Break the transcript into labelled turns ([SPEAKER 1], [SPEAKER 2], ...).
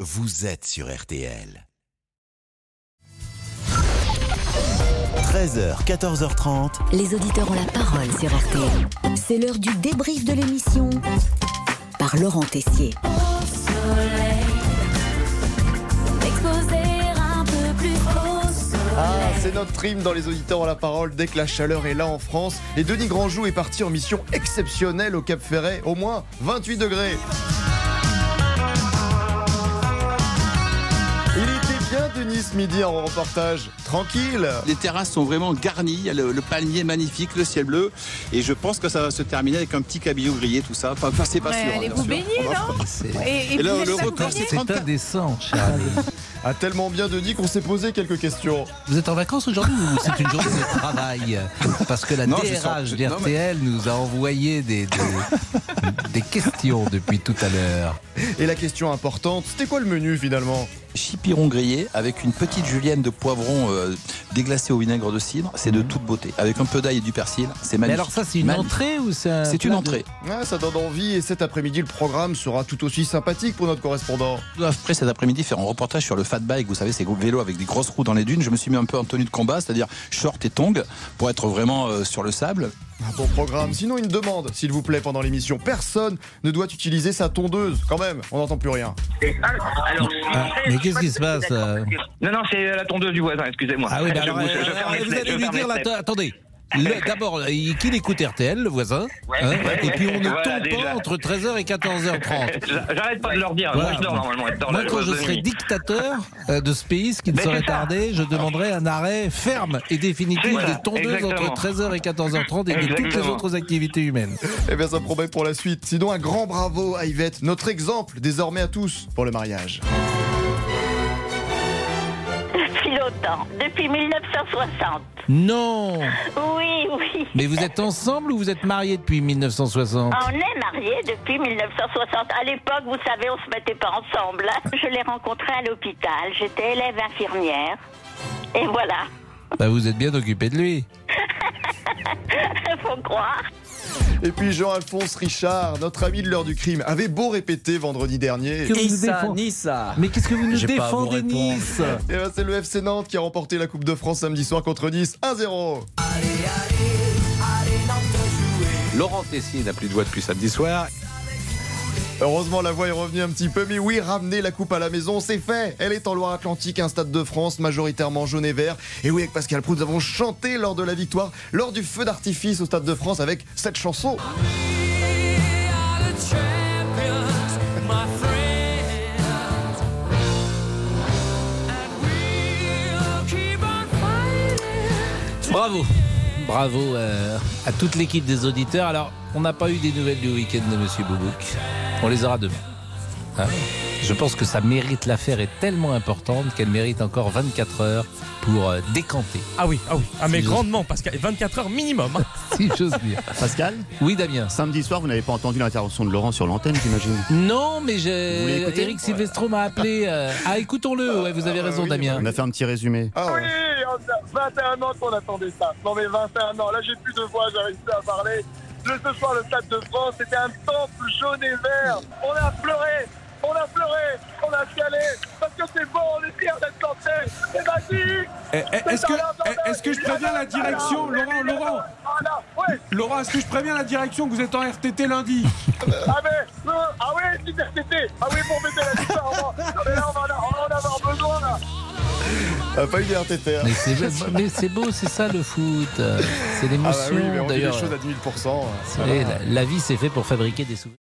[SPEAKER 1] vous êtes sur RTL. 13h, 14h30.
[SPEAKER 2] Les auditeurs ont la parole sur RTL. C'est l'heure du débrief de l'émission par Laurent Tessier.
[SPEAKER 3] Ah, c'est notre hymne dans les auditeurs à la parole dès que la chaleur est là en France. Et Denis Grandjou est parti en mission exceptionnelle au Cap Ferret, au moins 28 degrés. Il était bien Denis ce midi en reportage, tranquille.
[SPEAKER 4] Les terrasses sont vraiment garnies, il y a le, le palmier magnifique, le ciel bleu. Et je pense que ça va se terminer avec un petit cabillaud grillé, tout ça. Enfin, enfin, c'est pas sûr. hein,
[SPEAKER 5] allez
[SPEAKER 4] bien
[SPEAKER 5] vous
[SPEAKER 4] sûr.
[SPEAKER 5] baigner,
[SPEAKER 4] On va-
[SPEAKER 5] non Et, et
[SPEAKER 4] Et là,
[SPEAKER 5] vous
[SPEAKER 4] le
[SPEAKER 5] allez pas vous
[SPEAKER 4] record,
[SPEAKER 5] baigner
[SPEAKER 4] c'est 34
[SPEAKER 6] indécent, Charles.
[SPEAKER 3] A Ah, tellement bien Denis qu'on s'est posé quelques questions.
[SPEAKER 6] Vous êtes en vacances aujourd'hui ou c'est une journée de travail Parce que la
[SPEAKER 4] Non, je sors-
[SPEAKER 6] DRH
[SPEAKER 4] je- non, mais-
[SPEAKER 6] d'RTL nous a envoyé des, des, des questions depuis tout à l'heure.
[SPEAKER 3] Et la question importante, c'était quoi le menu finalement
[SPEAKER 4] Chipiron grillé avec une petite julienne de poivron euh, déglacée au vinaigre de cidre, c'est de toute beauté. Avec un peu d'ail et du persil, c'est
[SPEAKER 6] Mmh. Mais
[SPEAKER 4] magnifique.
[SPEAKER 6] alors ça, c'est une
[SPEAKER 4] Magnifique.
[SPEAKER 6] entrée ou c'est un
[SPEAKER 4] C'est
[SPEAKER 6] plat
[SPEAKER 4] une
[SPEAKER 6] de-
[SPEAKER 4] entrée.
[SPEAKER 3] Ah, Ça donne envie et cet après-midi le programme sera tout aussi sympathique pour notre correspondant.
[SPEAKER 4] Après cet après-midi, faire un reportage sur le fat bike, vous savez, ces gros vélos avec des grosses roues dans les dunes. Je me suis mis un peu en tenue de combat, c'est-à-dire short et tongs, pour être vraiment euh, sur le sable.
[SPEAKER 3] Un bon programme. Sinon une demande, s'il vous plaît, pendant l'émission. Personne ne doit utiliser sa tondeuse quand même, on n'entend plus rien.
[SPEAKER 7] Alors,
[SPEAKER 6] Ah, mais qu'est-ce qui se passe euh
[SPEAKER 7] Non, non, c'est la tondeuse du voisin, excusez-moi.
[SPEAKER 6] Ah oui, bah
[SPEAKER 7] Je
[SPEAKER 6] alors,
[SPEAKER 7] bouge, je
[SPEAKER 6] euh,
[SPEAKER 7] ferme les
[SPEAKER 6] vous
[SPEAKER 7] fenêtres,
[SPEAKER 6] allez
[SPEAKER 7] je
[SPEAKER 6] lui
[SPEAKER 7] ferme
[SPEAKER 6] dire,
[SPEAKER 7] les
[SPEAKER 6] là,
[SPEAKER 7] fenêtres.
[SPEAKER 6] attendez. Le- D'abord, euh, qu'il écoute RTL, le voisin.
[SPEAKER 7] Ouais,
[SPEAKER 6] hein,
[SPEAKER 7] ouais,
[SPEAKER 6] et puis on ne
[SPEAKER 7] voilà,
[SPEAKER 6] tombe
[SPEAKER 7] déjà.
[SPEAKER 6] pas entre 13h et 14h30.
[SPEAKER 7] J'a- J'arrête pas de leur dire.
[SPEAKER 6] Voilà.
[SPEAKER 7] Moi, je dors Ah normalement. Je dors
[SPEAKER 6] Moi,
[SPEAKER 7] la-
[SPEAKER 6] quand
[SPEAKER 7] la-
[SPEAKER 6] je
[SPEAKER 7] la
[SPEAKER 6] serai
[SPEAKER 7] nuit.
[SPEAKER 6] dictateur euh, de ce pays, ce qui ne
[SPEAKER 7] Mais
[SPEAKER 6] serait
[SPEAKER 7] c'est ça.
[SPEAKER 6] tardé, je demanderai un arrêt ferme et définitif
[SPEAKER 7] Voilà,
[SPEAKER 6] des tondeuses
[SPEAKER 7] exactement.
[SPEAKER 6] entre 13h et 14h30 et de toutes les
[SPEAKER 7] Exactement.
[SPEAKER 6] autres activités humaines.
[SPEAKER 3] Eh bien, ça promet pour la suite. Sinon, un grand bravo à Yvette, notre exemple désormais à tous pour le mariage.
[SPEAKER 8] Depuis longtemps, depuis 1960.
[SPEAKER 6] Non
[SPEAKER 8] Oui, oui.
[SPEAKER 6] Mais vous êtes ensemble ou vous êtes mariés depuis 1960
[SPEAKER 8] On est mariés depuis 1960. À l'époque, vous savez, on se mettait pas ensemble. hein. Je l'ai rencontré à l'hôpital. J'étais élève infirmière. Et voilà,
[SPEAKER 6] Bah vous êtes bien occupé de lui.
[SPEAKER 8] faut croire.
[SPEAKER 3] Et puis, Jean-Alphonse Richard, notre ami de l'heure du crime, avait beau répéter vendredi dernier.
[SPEAKER 6] Que vous nous défend- Mais qu'est-ce que vous nous défendez, Nice
[SPEAKER 3] Eh bien, c'est le FC Nantes qui a remporté la Coupe de France samedi soir contre Nice 1-0.
[SPEAKER 9] Laurent Tessier n'a plus de voix depuis samedi soir.
[SPEAKER 3] Heureusement, la voix est revenue un petit peu, mais oui, ramener la coupe à la maison, c'est fait. Elle est en Loire-Atlantique, un stade de France majoritairement jaune et vert. Et oui, avec Pascal Proust, nous avons chanté lors de la victoire, lors du feu d'artifice au stade de France avec cette chanson.
[SPEAKER 6] Bravo Bravo euh, à toute l'équipe des auditeurs. Alors, on n'a pas eu des nouvelles du week-end de Monsieur Boubouk. On les aura demain. Hein Je pense que ça mérite, l'affaire est tellement importante qu'elle mérite encore 24 heures pour euh, décanter,
[SPEAKER 10] Ah oui, ah oui. Ah mais
[SPEAKER 6] Si je-
[SPEAKER 10] grandement, parce que 24 heures minimum. hein.
[SPEAKER 6] si j'ose dire.
[SPEAKER 11] Pascal,
[SPEAKER 6] Oui, Damien.
[SPEAKER 11] samedi soir, vous n'avez pas entendu l'intervention de Laurent sur l'antenne, j'imagine
[SPEAKER 6] Non, mais
[SPEAKER 11] Vous voulez
[SPEAKER 6] je...
[SPEAKER 11] écouter
[SPEAKER 6] Eric Silvestro m'a appelé. euh, Ah, écoutons-le. Ouais, vous avez
[SPEAKER 10] Ah,
[SPEAKER 6] raison,
[SPEAKER 3] oui,
[SPEAKER 6] Damien.
[SPEAKER 11] On a fait un petit résumé.
[SPEAKER 3] Ah ouais.
[SPEAKER 12] 21 ans qu'on attendait ça. Non mais 21 ans, là j'ai plus de voix, j'arrive plus à parler. Le ce soir, le Stade de France, c'était un temple jaune et vert. On a pleuré, on a pleuré, on a chialé, parce que c'est bon, on est fiers d'être sortis. C'est magique
[SPEAKER 10] Eh, eh, Est-ce que, est-ce que je préviens la direction, Laurent, Laurent,
[SPEAKER 12] Voilà, ouais,
[SPEAKER 10] Laurent, est-ce que je préviens la direction que vous êtes en RTT lundi
[SPEAKER 12] ah mais, euh, ah oui, l'université, ah oui, pour mettre la victoire, on va- non, mais là, on va, on va en avoir besoin, là.
[SPEAKER 3] Ah, pas eu des RTT. hein.
[SPEAKER 6] Mais c'est beau- mais c'est beau, c'est ça le foot. euh, C'est
[SPEAKER 3] Ah
[SPEAKER 6] l'émotion
[SPEAKER 3] bah oui, mais on dit les
[SPEAKER 6] d'ailleurs.
[SPEAKER 3] choses à 10 000
[SPEAKER 6] Vous savez, la, la vie s'est faite pour fabriquer des souvenirs.